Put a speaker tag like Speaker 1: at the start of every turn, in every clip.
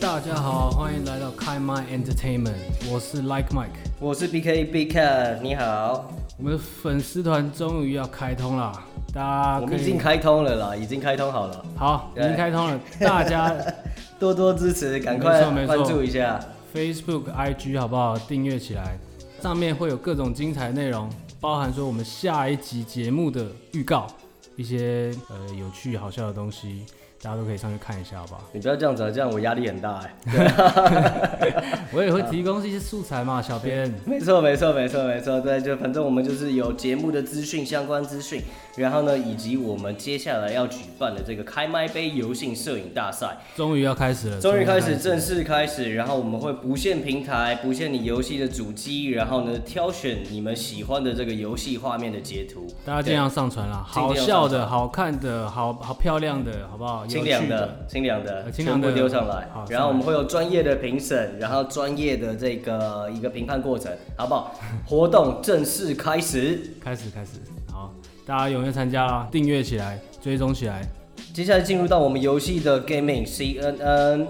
Speaker 1: 大家好，欢迎来到开麦 Entertainment，我是 Like Mike。
Speaker 2: 我是 BK BK，你好，
Speaker 1: 我们的粉丝团终于要开通啦，大家
Speaker 2: 我们
Speaker 1: 可
Speaker 2: 已经
Speaker 1: 以
Speaker 2: 开通了啦，已经开通好了，
Speaker 1: 好，已
Speaker 2: 对
Speaker 1: 经开通了，大家
Speaker 2: 多多支持，赶快
Speaker 1: 没错没错
Speaker 2: 关注一下。
Speaker 1: Facebook、IG 好不好？订阅起来，上面会有各种精彩内容，包含说我们下一集节目的预告，一些呃有趣好笑的东西，大家都可以上去看一下，好不好？
Speaker 2: 你不要这样子啊，这样我压力很大 哎、
Speaker 1: 我也会提供一些素材嘛，小编。
Speaker 2: 没错没错没错没错，对，就反正我们就是有节目的资讯、相关资讯，然后呢，以及我们接下来要举办的这个开麦杯游行摄影大赛，
Speaker 1: 终于要开始了，
Speaker 2: 终于开始
Speaker 1: 了
Speaker 2: 正式开始，然后我们会不限平台，不限你游戏的主机，然后呢，挑选你们喜欢的这个游戏画面的截图，
Speaker 1: 大家尽量上传啦，
Speaker 2: 尽量
Speaker 1: 好
Speaker 2: 上传
Speaker 1: 笑的、好看的、好好漂亮的，好不哦好？有
Speaker 2: 清
Speaker 1: 趣
Speaker 2: 凉的，清凉的，
Speaker 1: 呃清凉的
Speaker 2: 全部丢上来
Speaker 1: 好。
Speaker 2: 然后我们会有专业的评审，然后专业的这个一个评判过程，好不好？ 活动正式开始，
Speaker 1: 开始开始，好，大家踊跃参加啦，订阅起来，追踪起来。
Speaker 2: 接下来进入到我们游戏的 gaming CNN。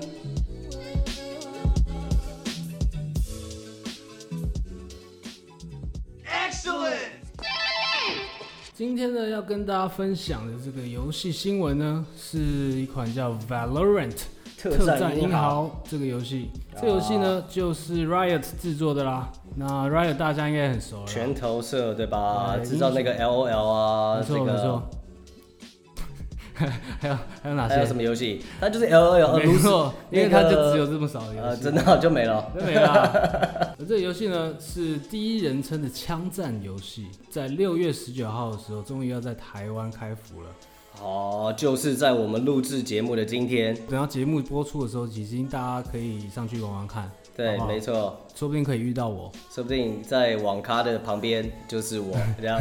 Speaker 1: 今天呢，要跟大家分享的这个游戏新闻呢，是一款叫《Valorant》
Speaker 2: 特
Speaker 1: 特
Speaker 2: 战
Speaker 1: 战
Speaker 2: 英
Speaker 1: 英
Speaker 2: 豪，啊
Speaker 1: 豪这个游戏。这游戏呢，就是 Riot 制作的啦。那 Riot 大家应该很熟了啦，
Speaker 2: 全投射对吧？
Speaker 1: 对
Speaker 2: 制造那个 LOL 啊
Speaker 1: 哎没，
Speaker 2: 这
Speaker 1: 错没
Speaker 2: 个
Speaker 1: 错。 还有还有哪
Speaker 2: 还有
Speaker 1: 些
Speaker 2: 什？么游戏？它就是 LOL，
Speaker 1: 没错，因为它
Speaker 2: 那
Speaker 1: 就
Speaker 2: 个
Speaker 1: 只有这么少的游
Speaker 2: 呃，
Speaker 1: 戏。
Speaker 2: 真的就没了。
Speaker 1: 真没啦。而这个游戏呢是第一人称的枪战游戏，在六月十九号的时候，终于要在台湾开服了。
Speaker 2: 哦，就是在我们录制节目的今天，
Speaker 1: 等到节目播出的时候，已经大家可以上去玩玩看，
Speaker 2: 对
Speaker 1: 好不，好
Speaker 2: 没错。
Speaker 1: 说不定可以遇到我。
Speaker 2: 说不定在网咖的旁边就是我，这样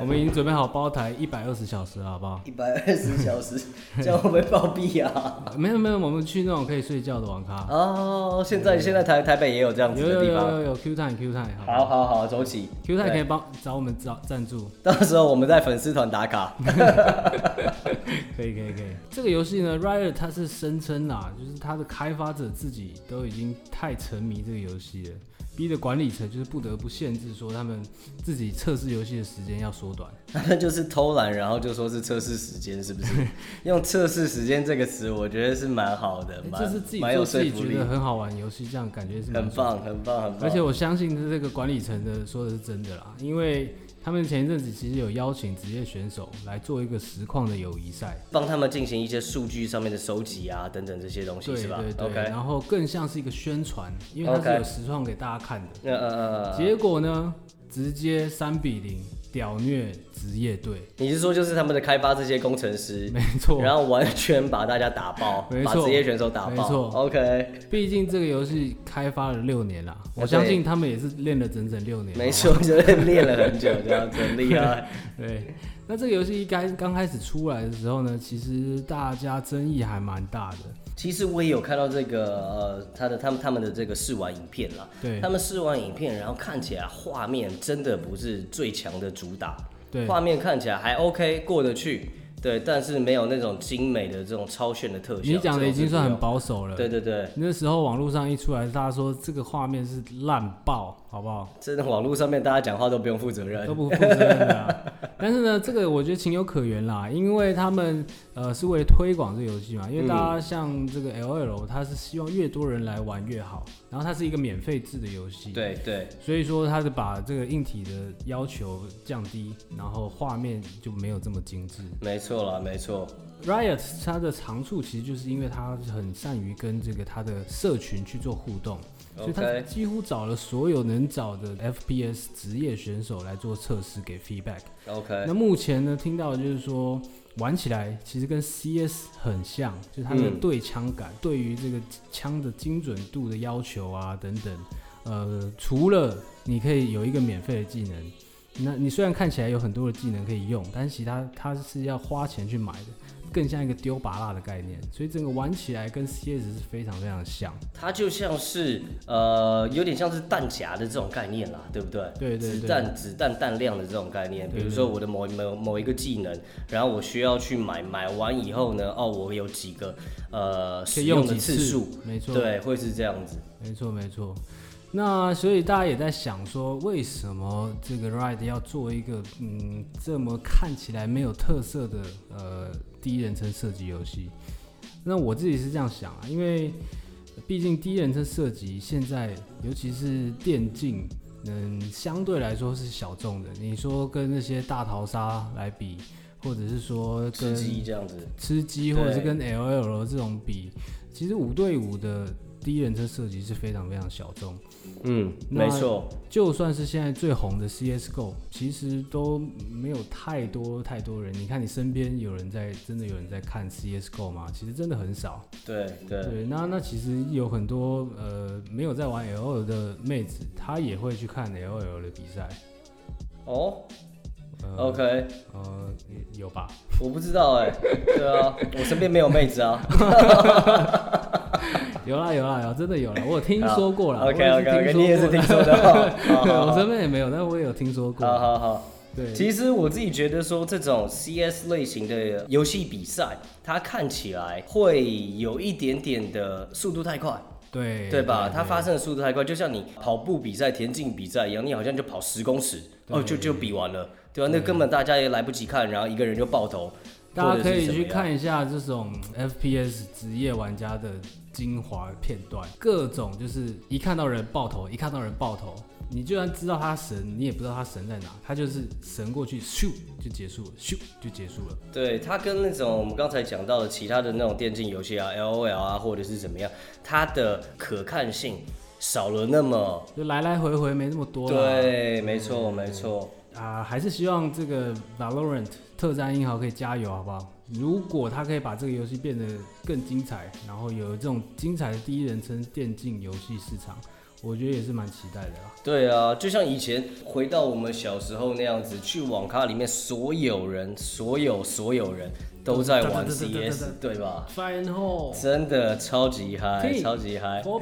Speaker 1: 我们已经准备好包台一百二十小时了，好不好？
Speaker 2: 一百二十小 时，这样会不会暴毙啊？
Speaker 1: 没有没有，我们去那种可以睡觉的网咖，
Speaker 2: 哦，现在现在台台北也有这样子
Speaker 1: 有
Speaker 2: 的
Speaker 1: 有
Speaker 2: 地
Speaker 1: 有
Speaker 2: 方。
Speaker 1: 有有 Q time Q time，好不好
Speaker 2: 好好好，走起。
Speaker 1: Q time 可以
Speaker 2: 对
Speaker 1: 帮找我们找赞助，
Speaker 2: 到时候我们在粉丝团打卡。
Speaker 1: 可以可以可以。这个游戏呢，Riot 它是声称啊，就是它的开发者自己都已经太沉迷这个游戏了，逼得管理层就是不得不限制说他们自己测试游戏的时间要缩短。
Speaker 2: 他们就是偷懒，然后就说是测试时间，是不是？ 用测试时间这个词，我觉得是蛮好的，
Speaker 1: 欸
Speaker 2: 蛮
Speaker 1: 这是自己
Speaker 2: 蛮
Speaker 1: 做
Speaker 2: 有
Speaker 1: 自
Speaker 2: 说
Speaker 1: 己
Speaker 2: 服
Speaker 1: 觉
Speaker 2: 力
Speaker 1: 得，很好玩的游戏，这样感觉是蛮
Speaker 2: 很
Speaker 1: 爽的。
Speaker 2: 棒，很棒，很棒。
Speaker 1: 而且我相信这个管理层的说的是真的啦，因为他们前一阵子其实有邀请职业选手来做一个实况的友谊赛，
Speaker 2: 帮他们进行一些数据上面的收集啊，等等这些东西，
Speaker 1: 对
Speaker 2: 是吧
Speaker 1: 对对
Speaker 2: ？OK，
Speaker 1: 然后更像是一个宣传，因为它是
Speaker 2: OK
Speaker 1: 有实况给大家看的。
Speaker 2: 那呃呃，呃
Speaker 1: 结果呢，直接三比零屌虐职业队，
Speaker 2: 你是说就是他们的开发这些工程师，
Speaker 1: 没错。
Speaker 2: 然后完全把大家打爆
Speaker 1: 没，
Speaker 2: 把
Speaker 1: 错
Speaker 2: 职业选手打爆，
Speaker 1: 没错
Speaker 2: OK，
Speaker 1: 毕竟这个游戏开发了六年啦，我
Speaker 2: 对
Speaker 1: 相信他们也是练了整整六年。
Speaker 2: 没错，就是练了很久这样子，很厉 害。
Speaker 1: 对，那这个游戏一开刚开始出来的时候呢，其实大家争议还蛮大的。
Speaker 2: 其实我也有看到这个呃，他的他们他们的这个试玩影片啦，
Speaker 1: 对
Speaker 2: 他们试玩影片，然后看起来画面真的不是最强的主打，
Speaker 1: 对，
Speaker 2: 画面看起来还 OK 过得去，对，但是没有那种精美的这种超炫的特效。
Speaker 1: 你讲的已经算很
Speaker 2: 棒，
Speaker 1: 保守了。
Speaker 2: 哦对对对，
Speaker 1: 那时候网络上一出来，大家说这个画面是烂爆，好不好？
Speaker 2: 真的网络上面大家讲话都不用负责任
Speaker 1: 都，不负责任的、 啊。但是呢，这个我觉得情有可原啦，因为他们呃是为了推广这个游戏嘛，因为大
Speaker 2: 嗯
Speaker 1: 家像这个 L L，它是希望越多人来玩越好，然后它是一个免费制的游戏，，
Speaker 2: 对对。
Speaker 1: 所以说它是把这个硬体的要求降低，然后画面就没有这么精致。
Speaker 2: 没错啦，没错，
Speaker 1: Riot 它的长处其实就是因为它很善于跟这个它的社群去做互动
Speaker 2: OK
Speaker 1: 所以它几乎找了所有能找的 FPS 职业选手来做测试给 feedback。
Speaker 2: OK，
Speaker 1: 那目前呢，听到的就是说玩起来其实跟 CS 很像，就是它的
Speaker 2: 嗯
Speaker 1: 对枪感、对于这个枪的精准度的要求啊等等。呃，除了你可以有一个免费的技能，那你虽然看起来有很多的技能可以用，但是其他它是要花钱去买的。更像一个丢拔蜡的概念，所以整个玩起来跟 CS 是非常非常像。
Speaker 2: 它就像是呃，有点像是弹夹的这种概念啦，对不对？
Speaker 1: 对对对
Speaker 2: 子弹子弹弹量的这种概念，比如说我的某某某一个技能，然后我需要去买，买完以后呢，哦，我有几个呃
Speaker 1: 可
Speaker 2: 使
Speaker 1: 以用
Speaker 2: 的
Speaker 1: 几
Speaker 2: 次
Speaker 1: 次
Speaker 2: 数，
Speaker 1: 没错，
Speaker 2: 对，会是这样子。
Speaker 1: 没错，没错。那所以大家也在想说，为什么这个 Ride 要做一个嗯这么看起来没有特色的呃第一人称射击游戏？那我自己是这样想啊，因为毕竟第一人称射击现在尤其是电竞，嗯，相对来说是小众的。你说跟那些大逃杀来比，或者是说
Speaker 2: 吃
Speaker 1: 跟
Speaker 2: 鸡这样子，
Speaker 1: 吃鸡，
Speaker 2: 对
Speaker 1: 或者是跟 L L 这种比，其实五对五的第一人称射击是非常非常小众。
Speaker 2: 嗯，
Speaker 1: 那
Speaker 2: 没错，
Speaker 1: 就算是现在最红的 CSGO，其实都没有太多太多人。你看你身边有人在真的有人在看 CSGO 吗？其实真的很少。
Speaker 2: 对对
Speaker 1: 对，那那其实有很多呃没有在玩 L L 的妹子，她也会去看 L L 的比赛。
Speaker 2: 哦
Speaker 1: 呃
Speaker 2: ，OK，
Speaker 1: 呃，有吧？
Speaker 2: 我不知道哎、对啊，我身边没有妹子啊，
Speaker 1: 有啦有啦有，真的有啦，我有听说 过啦。我
Speaker 2: OK
Speaker 1: 也
Speaker 2: OK
Speaker 1: 是
Speaker 2: OK，
Speaker 1: 听
Speaker 2: 你也是
Speaker 1: 说过
Speaker 2: 听说 的，好
Speaker 1: 对，
Speaker 2: 好
Speaker 1: 我
Speaker 2: 好
Speaker 1: 身边也没有，但我也有听说
Speaker 2: 好
Speaker 1: 过。
Speaker 2: 好好。
Speaker 1: 对，
Speaker 2: 其实我自己觉得说，这种 CS 类型的游戏比赛，它看起来会有一点点的速度太快，
Speaker 1: 对
Speaker 2: 对吧？它发生的速度太快，就像你跑步比赛、田径比赛一样，你好像就跑十公尺，哦，就就比完了，对吧、那根本大家也来不及看，然后一个人就爆头，
Speaker 1: 大家可
Speaker 2: 或者是啊
Speaker 1: 以
Speaker 2: 怎么
Speaker 1: 去
Speaker 2: 样
Speaker 1: 看一下这种 FPS 职业玩家的精华片段，各种就是一看到人爆头，一看到人爆头，你就算知道他神，你也不知道他神在哪，他就是神过去，咻就结束了，咻就结束了。
Speaker 2: 对它跟那种我们刚才讲到的其他的那种电竞游戏啊、L O L 啊，或者是怎么样，它的可看性少了那么。
Speaker 1: 就来来回回没那么多啦
Speaker 2: 对，没错，没错。
Speaker 1: 啊、还是希望这个 Valorant 特战英豪可以加油，好不好？如果他可以把这个游戏变得更精彩，然后有这种精彩的第一人称电竞游戏市场，我觉得也是蛮期待的啦。
Speaker 2: 对啊，就像以前回到我们小时候那样子，去网咖里面，所有人、所有、所有人都在玩
Speaker 1: 对对对对
Speaker 2: CS，对吧？
Speaker 1: Fire and Hole
Speaker 2: 真的超级嗨，
Speaker 1: Team
Speaker 2: 超级嗨，
Speaker 1: Fall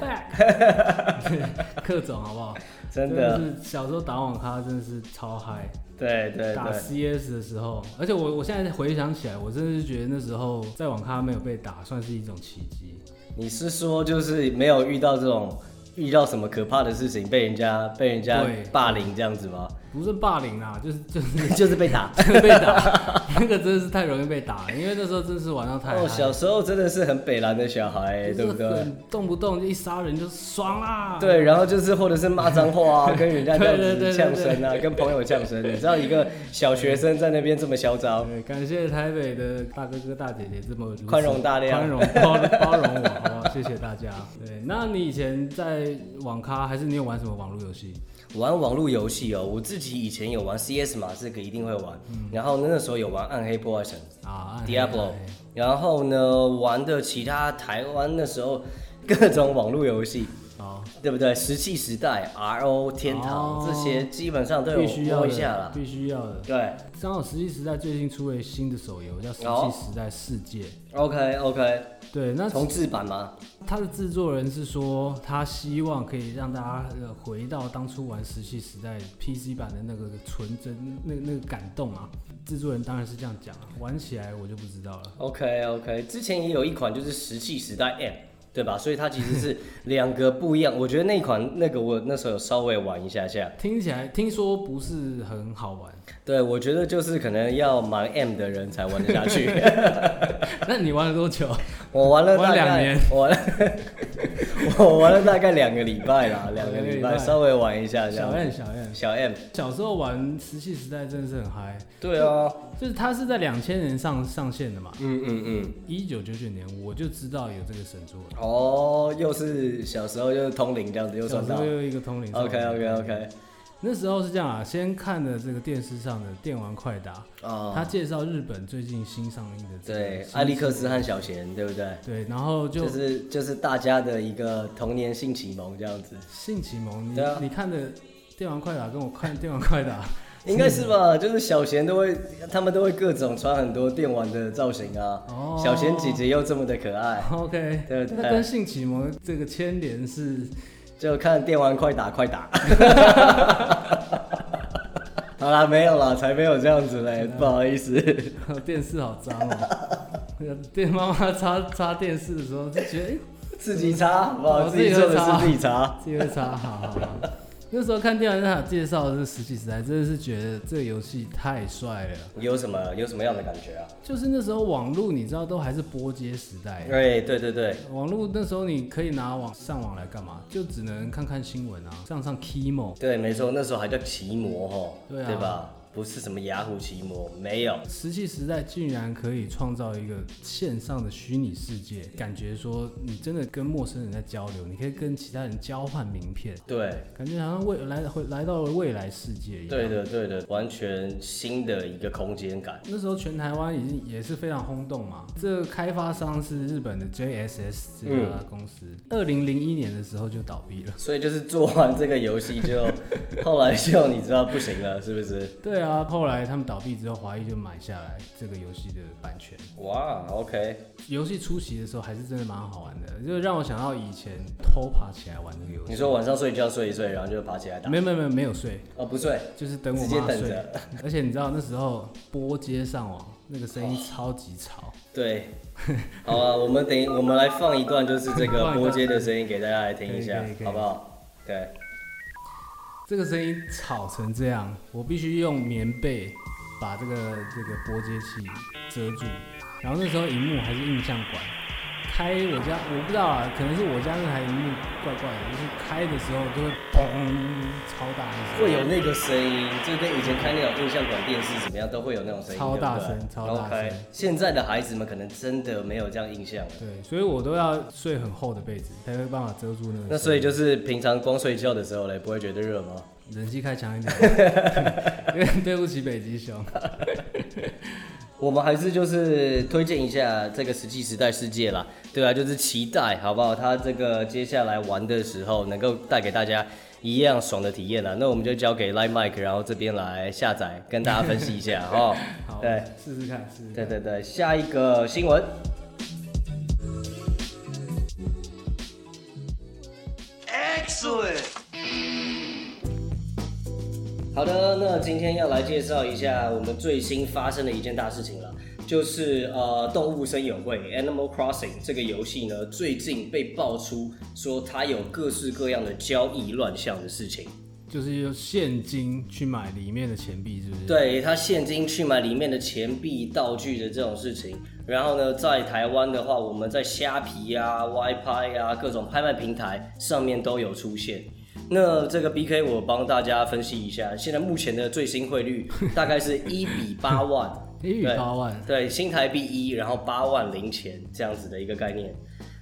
Speaker 1: Back，各种好不好？
Speaker 2: 真的，
Speaker 1: 是小时候打网咖真的是超嗨，
Speaker 2: 对对
Speaker 1: 打
Speaker 2: 对，
Speaker 1: CS 的时候，而且我我现在回想起来，我真的是觉得那时候在网咖没有被打，算是一种奇迹。
Speaker 2: 你是说就是没有遇到这种遇到什么可怕的事情，被人家被人家
Speaker 1: 对
Speaker 2: 霸凌这样子吗？
Speaker 1: 不是霸凌啦，就是就是
Speaker 2: 就是被打。
Speaker 1: 被打，那个真的是太容易被打了，因为那时候真是玩到太嗨
Speaker 2: 哦，小时候真的是很北蓝的小 孩，对不
Speaker 1: 就
Speaker 2: 对
Speaker 1: 是？很动不动就一杀人就爽啦。
Speaker 2: 对，然后就是或者是骂脏话啊， 跟人家这样
Speaker 1: 对
Speaker 2: 子
Speaker 1: 对对对
Speaker 2: 呛声啊，跟朋友呛声。你知道一个小学生在那边这么嚣张，
Speaker 1: 对，感谢台北的大哥哥大姐姐这么如此
Speaker 2: 宽容大量
Speaker 1: 宽容包包容我，好不好？谢谢大家。对，那你以前在网咖还是你有玩什么网络游戏？
Speaker 2: 玩网络游戏哦，我自己以前有玩 CS 嘛，这个一定会玩。
Speaker 1: 嗯
Speaker 2: 然后呢那时候有玩《暗黑破坏神
Speaker 1: 啊》暗黑
Speaker 2: Diablo，
Speaker 1: 暗黑
Speaker 2: 然后呢玩的其他台湾那时候各种网络游戏，
Speaker 1: 哦，
Speaker 2: 对不对？石器时代、RO、天堂、
Speaker 1: 哦
Speaker 2: 这些基本上都有
Speaker 1: 必须要
Speaker 2: 摸
Speaker 1: 的
Speaker 2: 一下啦。
Speaker 1: 必须要的。
Speaker 2: 对
Speaker 1: 刚好《石器时代》最近出了新的手游，叫《石
Speaker 2: 哦
Speaker 1: 器时代世界》。
Speaker 2: ，OK OK，
Speaker 1: 对，那
Speaker 2: 重置版吗？
Speaker 1: 他的制作人是说，他希望可以让大家呃回到当初玩《石器时代》PC 版的那个纯真、那那个感动啊。制作人当然是这样讲啊，玩起来我就不知道了。
Speaker 2: OK OK，之前也有一款就是石器时代 M，对吧？所以它其 实是两个不一样。我觉得那款那个我那时候有稍微玩一下下，
Speaker 1: 听起来听说不是很好玩，
Speaker 2: 对我觉得就是可能要蛮 M 的人才玩得 下去。
Speaker 1: 那你玩了多久？
Speaker 2: 我玩了大
Speaker 1: 玩
Speaker 2: 概
Speaker 1: 两年，
Speaker 2: 我玩了 我玩了大概两个礼拜啦，两个
Speaker 1: 两个
Speaker 2: 礼
Speaker 1: 礼
Speaker 2: 拜
Speaker 1: 拜
Speaker 2: 稍微玩一下这
Speaker 1: 小
Speaker 2: 样。
Speaker 1: 燕，小燕，
Speaker 2: 小 M，
Speaker 1: 小时候玩《石器时代》真的是很嗨，
Speaker 2: 对啊，
Speaker 1: 就是它是在两千年上上线的嘛，
Speaker 2: 嗯嗯嗯，
Speaker 1: 一九九九年我就知道有这个神作了，
Speaker 2: 哦，又是小时候又是通灵这样子又
Speaker 1: 小
Speaker 2: 算
Speaker 1: 时
Speaker 2: 到
Speaker 1: 候。又一个通灵少女。
Speaker 2: OK OK OK，
Speaker 1: 那时候是这样啊，先看的这个电视上的《电玩快打》他
Speaker 2: 哦，
Speaker 1: 介绍日本最近新上映的这个
Speaker 2: 对，
Speaker 1: 新
Speaker 2: 艾利克斯和小贤，对不对？
Speaker 1: 对，然后就、
Speaker 2: 就是就是大家的一个童年性启蒙这样子。
Speaker 1: 性启蒙，你、
Speaker 2: 对啊
Speaker 1: 你看的《电玩快打》跟我看《电玩快打》
Speaker 2: 应该是吧？就是小贤都会，他们都会各种穿很多电玩的造型啊。
Speaker 1: 哦
Speaker 2: 小贤姐姐又这么的可爱，
Speaker 1: OK，
Speaker 2: 对不对
Speaker 1: 那跟性启蒙这个牵连是
Speaker 2: 就看电玩快打快 打。好啦，没有啦，才没有这样子
Speaker 1: 啊
Speaker 2: 嘞，不好意思。
Speaker 1: 呃电视好脏 哦。那个电妈妈擦擦电视的时候就觉得，哎、
Speaker 2: 自己查，好不好？
Speaker 1: 哦
Speaker 2: 自己做的
Speaker 1: 自己会
Speaker 2: 是
Speaker 1: 查
Speaker 2: 自己查。
Speaker 1: 这个擦好好好。那时候看电玩塔介绍的是《石器时代》，真的是觉得这个游戏太帅了。
Speaker 2: 有什么有什么样的感觉啊？
Speaker 1: 就是那时候网络，你知道都还是波接时代，
Speaker 2: 对哎对对对，
Speaker 1: 网络那时候你可以拿网上网来干嘛？就只能看看新闻啊，上上 Kimo，
Speaker 2: 对，没错，那时候还叫奇摩吼，
Speaker 1: 对啊
Speaker 2: 吧？不是什么雅虎奇摩，没有。
Speaker 1: 石器时代竟然可以创造一个线上的虚拟世界，感觉说你真的跟陌生人在交流，你可以跟其他人交换名片，
Speaker 2: 对，
Speaker 1: 感觉好像未来会来到了未来世界一样。
Speaker 2: 对的对的，完全新的一个空间感。
Speaker 1: 那时候全台湾已经也是非常轰动嘛，这个开发商是日本的 JSS 这家公司，二零零一年的时候就倒闭了。
Speaker 2: 所以就是做完这个游戏就，后来就你知道不行了，是不是？
Speaker 1: 对啊，后来他们倒闭之后，华谊就买下来这个游戏的版权。
Speaker 2: 哇，OK，
Speaker 1: 游戏出席的时候还是真的蛮好玩的，就让我想到以前偷爬起来玩这个游戏。
Speaker 2: 你说晚上睡觉睡一睡，然后就爬起来打？
Speaker 1: 没有没有没有没有睡，
Speaker 2: 哦，不睡，
Speaker 1: 就是等我
Speaker 2: 直接
Speaker 1: 妈
Speaker 2: 等
Speaker 1: 睡
Speaker 2: 着。
Speaker 1: 而且你知道那时候拨接上网，那个声音超级吵。
Speaker 2: 对， 好啊，我们等一我们来放一段就是
Speaker 1: 放
Speaker 2: 这个
Speaker 1: 一段
Speaker 2: 波接的声音给大家来听一下
Speaker 1: 可以可以可，以
Speaker 2: 好不好？对，
Speaker 1: 这个声音吵成这样，我必须用棉被把这个这个拨接器遮住。然后那时候荧幕还是印象馆，开我家我不知道啊，可能是我家那台荧幕怪怪的，就是开的时候就会砰超大一声，
Speaker 2: 会有那个声音，就跟以前看那种印象馆电视怎么样，都会有那种声音，
Speaker 1: 超大
Speaker 2: 对不对
Speaker 1: 声超大
Speaker 2: OK，
Speaker 1: 声
Speaker 2: 现在的孩子们可能真的没有这样印象了。
Speaker 1: 对，所以我都要睡很厚的被子才有办法遮住那个。
Speaker 2: 那所以就是平常光睡觉的时候嘞，不会觉得热吗？
Speaker 1: 人气开强一 点，因为对不起北极熊。
Speaker 2: 我们还是就是推荐一下这个《石器时代世界》啦，对啊，就是期待好不好？它这个接下来玩的时候能够带给大家一样爽的体验啦。那我们就交给 Line Mike，然后这边来下载跟大家分析一下哦。
Speaker 1: 好，
Speaker 2: 对，
Speaker 1: 试试看，试试看。
Speaker 2: 对对对，下一个新闻。好的，那今天要来介绍一下我们最新发生的一件大事情了，就是呃，动物森友会 （Animal Crossing） 这个游戏呢，最近被爆出说它有各式各样的交易乱象的事情。
Speaker 1: 就是用现金去买里面的钱币，是不是？，
Speaker 2: 对他现金去买里面的钱币、道具的这种事情。然后呢，在台湾的话，我们在虾皮啊、YPay 啊各种拍卖平台上面都有出现。那这个 BK 我帮大家分析一下，现在目前的最新汇率大概是一比八万，
Speaker 1: 一比八万，
Speaker 2: 对，新台币一，然后八万零钱这样子的一个概念。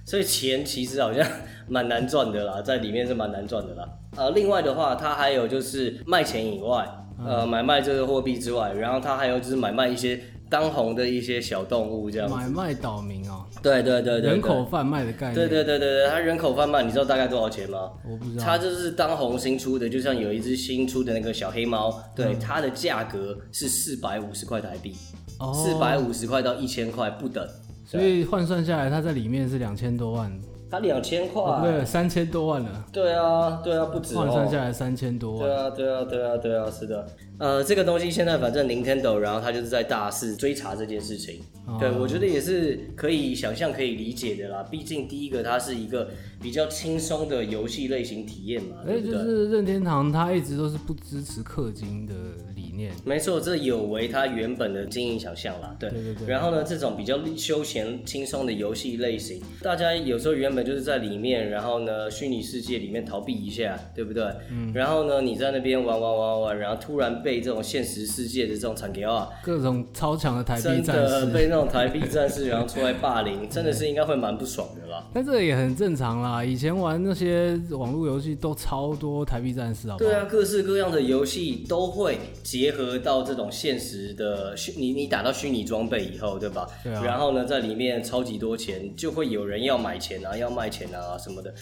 Speaker 2: 所以钱其实好像蛮难赚的啦，在里面是蛮难赚的啦。呃，另外的话，它还有就是卖钱以外，
Speaker 1: 嗯
Speaker 2: 呃，买卖这个货币之外，然后它还有就是买卖一些当红的一些小动物这样子。
Speaker 1: 买卖岛民哦，
Speaker 2: 对对对对对
Speaker 1: 人口贩卖的概念。
Speaker 2: 对对对对对，它人口贩卖，你知道大概多少钱吗？
Speaker 1: 我不知道。
Speaker 2: 它就是当红新出的，就像有一只新出的那个小黑猫，对，
Speaker 1: 嗯
Speaker 2: 它的价格是四百五十块台币，
Speaker 1: 哦
Speaker 2: 四百五十块到一千块不等。
Speaker 1: 所以换算下来，它在里面是两千多万，
Speaker 2: 它两千
Speaker 1: 哦不
Speaker 2: 块，
Speaker 1: 对，三千多万了。
Speaker 2: 对啊，对啊，不止
Speaker 1: 换算
Speaker 2: 哦。
Speaker 1: 下来三千多
Speaker 2: 对
Speaker 1: 万，
Speaker 2: 啊，对啊，对啊，对啊，是的，呃，这个东西现在反正 Nintendo，然后它就是在大肆追查这件事情。
Speaker 1: 哦
Speaker 2: 对，我觉得也是可以想象、可以理解的啦。毕竟第一个，它是一个比较轻松的游戏类型体验嘛，
Speaker 1: 而
Speaker 2: 对
Speaker 1: 且
Speaker 2: 不
Speaker 1: 哎就
Speaker 2: 对？
Speaker 1: 是任天堂，它一直都是不支持氪金的理念。
Speaker 2: 没错，这有违它原本的经营想象啦。对
Speaker 1: 对对对
Speaker 2: 然后呢，这种比较休闲轻松的游戏类型，大家有时候原本就是在里面，然后呢，虚拟世界里面逃避一下，对不对？嗯。然后呢，你在那边玩玩玩玩，然后突然被这种现实世界的这种惨给啊，
Speaker 1: 各种超强的台币
Speaker 2: 真
Speaker 1: 战
Speaker 2: 的
Speaker 1: 士，
Speaker 2: 被那种台币战士然后出来霸凌，真的是应该会蛮不爽的啦。
Speaker 1: 但这个也很正常啦。以前玩那些网络游戏都超多台币战士，好不好
Speaker 2: 对？啊，各式各样的游戏都会结合到这种现实的虚，你你打到虚拟装备以后，对吧？
Speaker 1: 对啊
Speaker 2: 然后呢，在里面超级多钱，就会有人要买钱啊，要卖钱啊什么的。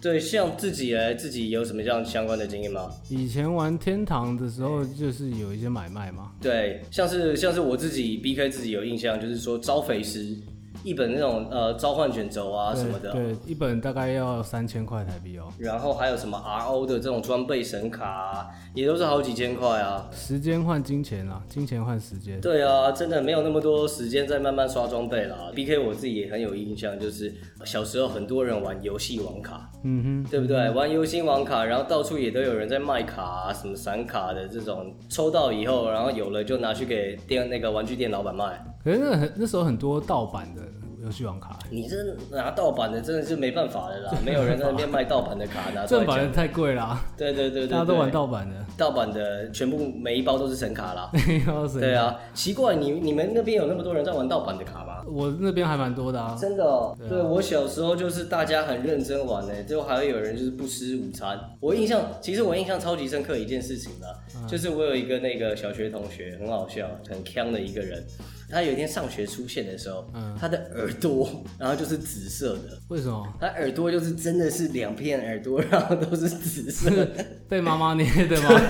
Speaker 2: 对，像自己哎，自己有什么这样相关的经验吗？
Speaker 1: 以前玩天堂的时候，就就是有一些买卖嘛。
Speaker 2: 对，像是像是我自己 BK 自己有印象，就是说招匪师一本那种呃召唤卷轴啊什么的，
Speaker 1: 对，对一本大概要三千块台币哦。
Speaker 2: 然后还有什么 RO 的这种装备神卡、啊，也都是好几千块啊。
Speaker 1: 时间换金钱啊，金钱换时间。
Speaker 2: 对啊，真的没有那么多时间再慢慢刷装备啦。B K 我自己也很有印象，就是小时候很多人玩游戏网卡，
Speaker 1: 嗯
Speaker 2: 对不对？玩游戏网卡，然后到处也都有人在卖卡、啊、什么散卡的这种，抽到以后，然后有了就拿去给店那个玩具店老板卖。
Speaker 1: 哼，可是那很那时候很多盗版的游戏王卡，
Speaker 2: 你这拿盗版的真的是没办法的 啦，没有人在那边卖盗版的卡拿出来
Speaker 1: 正版
Speaker 2: 讲。
Speaker 1: 的太贵啦，
Speaker 2: 对啊对对对，
Speaker 1: 大家都玩
Speaker 2: 对
Speaker 1: 盗版的，
Speaker 2: 盗版的，全部每一包都是神卡啦。
Speaker 1: 要死
Speaker 2: 对啊，奇怪，你你们那边有那么多人在玩盗版的卡吗？
Speaker 1: 我那边还蛮多的啊，
Speaker 2: 真的哦，
Speaker 1: 对啊
Speaker 2: 对我小时候就是大家很认真玩呢，最后还会有人就是不吃午餐。我印象，其实我印象超级深刻一件事情啦，
Speaker 1: 嗯
Speaker 2: 就是我有一个那个小学同学，很好笑，很强的一个人。他有一天上学出现的时候，
Speaker 1: 嗯
Speaker 2: 他的耳朵，然后就是紫色的，
Speaker 1: 为什么？
Speaker 2: 他耳朵就是真的是两片耳朵，然后都是紫色的，
Speaker 1: 被妈妈捏的 吗？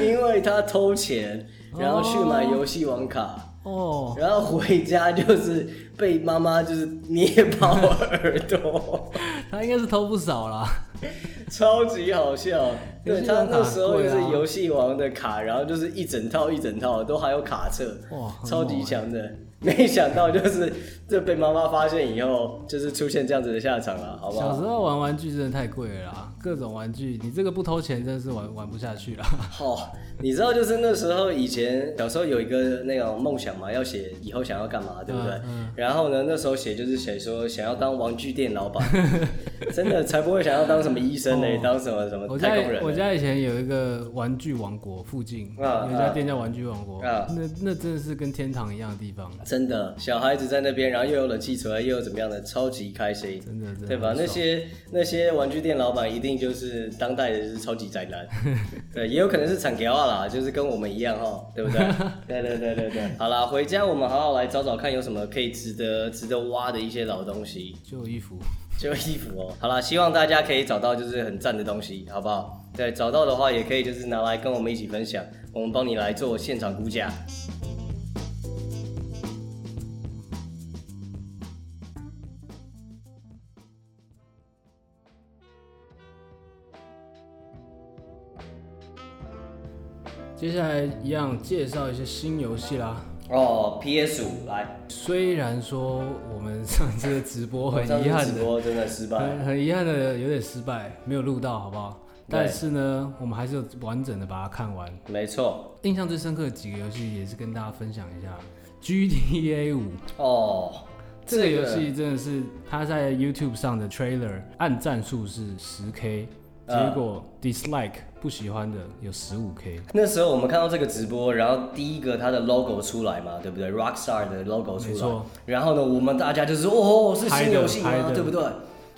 Speaker 2: 因为他偷钱，然后去买游戏王卡。
Speaker 1: 哦，
Speaker 2: 然后回家就是被妈妈就是捏爆耳朵，
Speaker 1: 他应该是偷不少啦。
Speaker 2: 超级好笑。对
Speaker 1: 游戏
Speaker 2: 他
Speaker 1: 王卡
Speaker 2: 那时候就是
Speaker 1: 很贵啊
Speaker 2: 游戏王的卡，然后就是一整套一整套的都还有卡册，
Speaker 1: 哇很
Speaker 2: 超级
Speaker 1: 猛欸
Speaker 2: 强的。没想到就是这被妈妈发现以后，就是出现这样子的下场啊了，好不
Speaker 1: 小时
Speaker 2: 好？
Speaker 1: 候玩玩具真的太贵了啦，各种玩具，你这个不偷钱真的是玩玩不下去啦。
Speaker 2: 好、你知道就是那时候以前小时候有一个那种梦想嘛，要写以后想要干嘛，对不对？
Speaker 1: 嗯嗯
Speaker 2: 然后呢，那时候写就是写说想要当玩具 店老板，真的才不会想要当什么医生呢、欸
Speaker 1: 哦
Speaker 2: 当什么什
Speaker 1: 我
Speaker 2: 么
Speaker 1: 家
Speaker 2: 太空人啊
Speaker 1: 我
Speaker 2: 呢。
Speaker 1: 家以前有一个玩具王国，附近
Speaker 2: 啊
Speaker 1: 有一家店叫玩具王国，
Speaker 2: 啊
Speaker 1: 那那真的是跟天堂一样的地方，
Speaker 2: 真的，小孩子在那边，然后又有冷气出来，又有怎么样的，超级开心，
Speaker 1: 真的真的
Speaker 2: 对吧？
Speaker 1: 很爽
Speaker 2: 那些那些玩具店老板一定就是当代的就是超级宅 男，对，也有可能是产条啊啦，就是跟我们一样哈，对不 对？对对对对对。好啦，回家我们好好来找找看有什么可以值得值得挖的一些老东西，
Speaker 1: 就有衣服。
Speaker 2: 就衣服哦。好啦，希望大家可以找到就是很赞的东西，好不好？对，找到的话也可以就是拿来跟我们一起分享，我们帮你来做现场估价。
Speaker 1: 接下来一样介绍一些新游戏啦。
Speaker 2: 哦，PS 五来，
Speaker 1: 虽然说我们上次的直播很
Speaker 2: 上次
Speaker 1: 遗憾
Speaker 2: 直
Speaker 1: 的，
Speaker 2: 播真的失败。
Speaker 1: 很很遗憾的有点失败，没有录到，好不好？
Speaker 2: 对
Speaker 1: 但是呢，我们还是有完整的把它看完。
Speaker 2: 没错，
Speaker 1: 印象最深刻的几个游戏也是跟大家分享一下。GTA 五
Speaker 2: 哦，
Speaker 1: 这个游戏真的是它在 YouTube 上的 trailer 按赞数是十 K，
Speaker 2: 呃
Speaker 1: 结果 dislike 不喜欢的有十五 K，
Speaker 2: 那时候我们看到这个直播，然后第一个它的 logo 出来嘛，对不对？Rockstar 的 logo 出
Speaker 1: 没
Speaker 2: 来
Speaker 1: 错，
Speaker 2: 然后呢，我们大家就是哦，是
Speaker 1: 嗨
Speaker 2: 新
Speaker 1: 的
Speaker 2: 游戏
Speaker 1: 嗨
Speaker 2: 吗？
Speaker 1: 的
Speaker 2: 对不对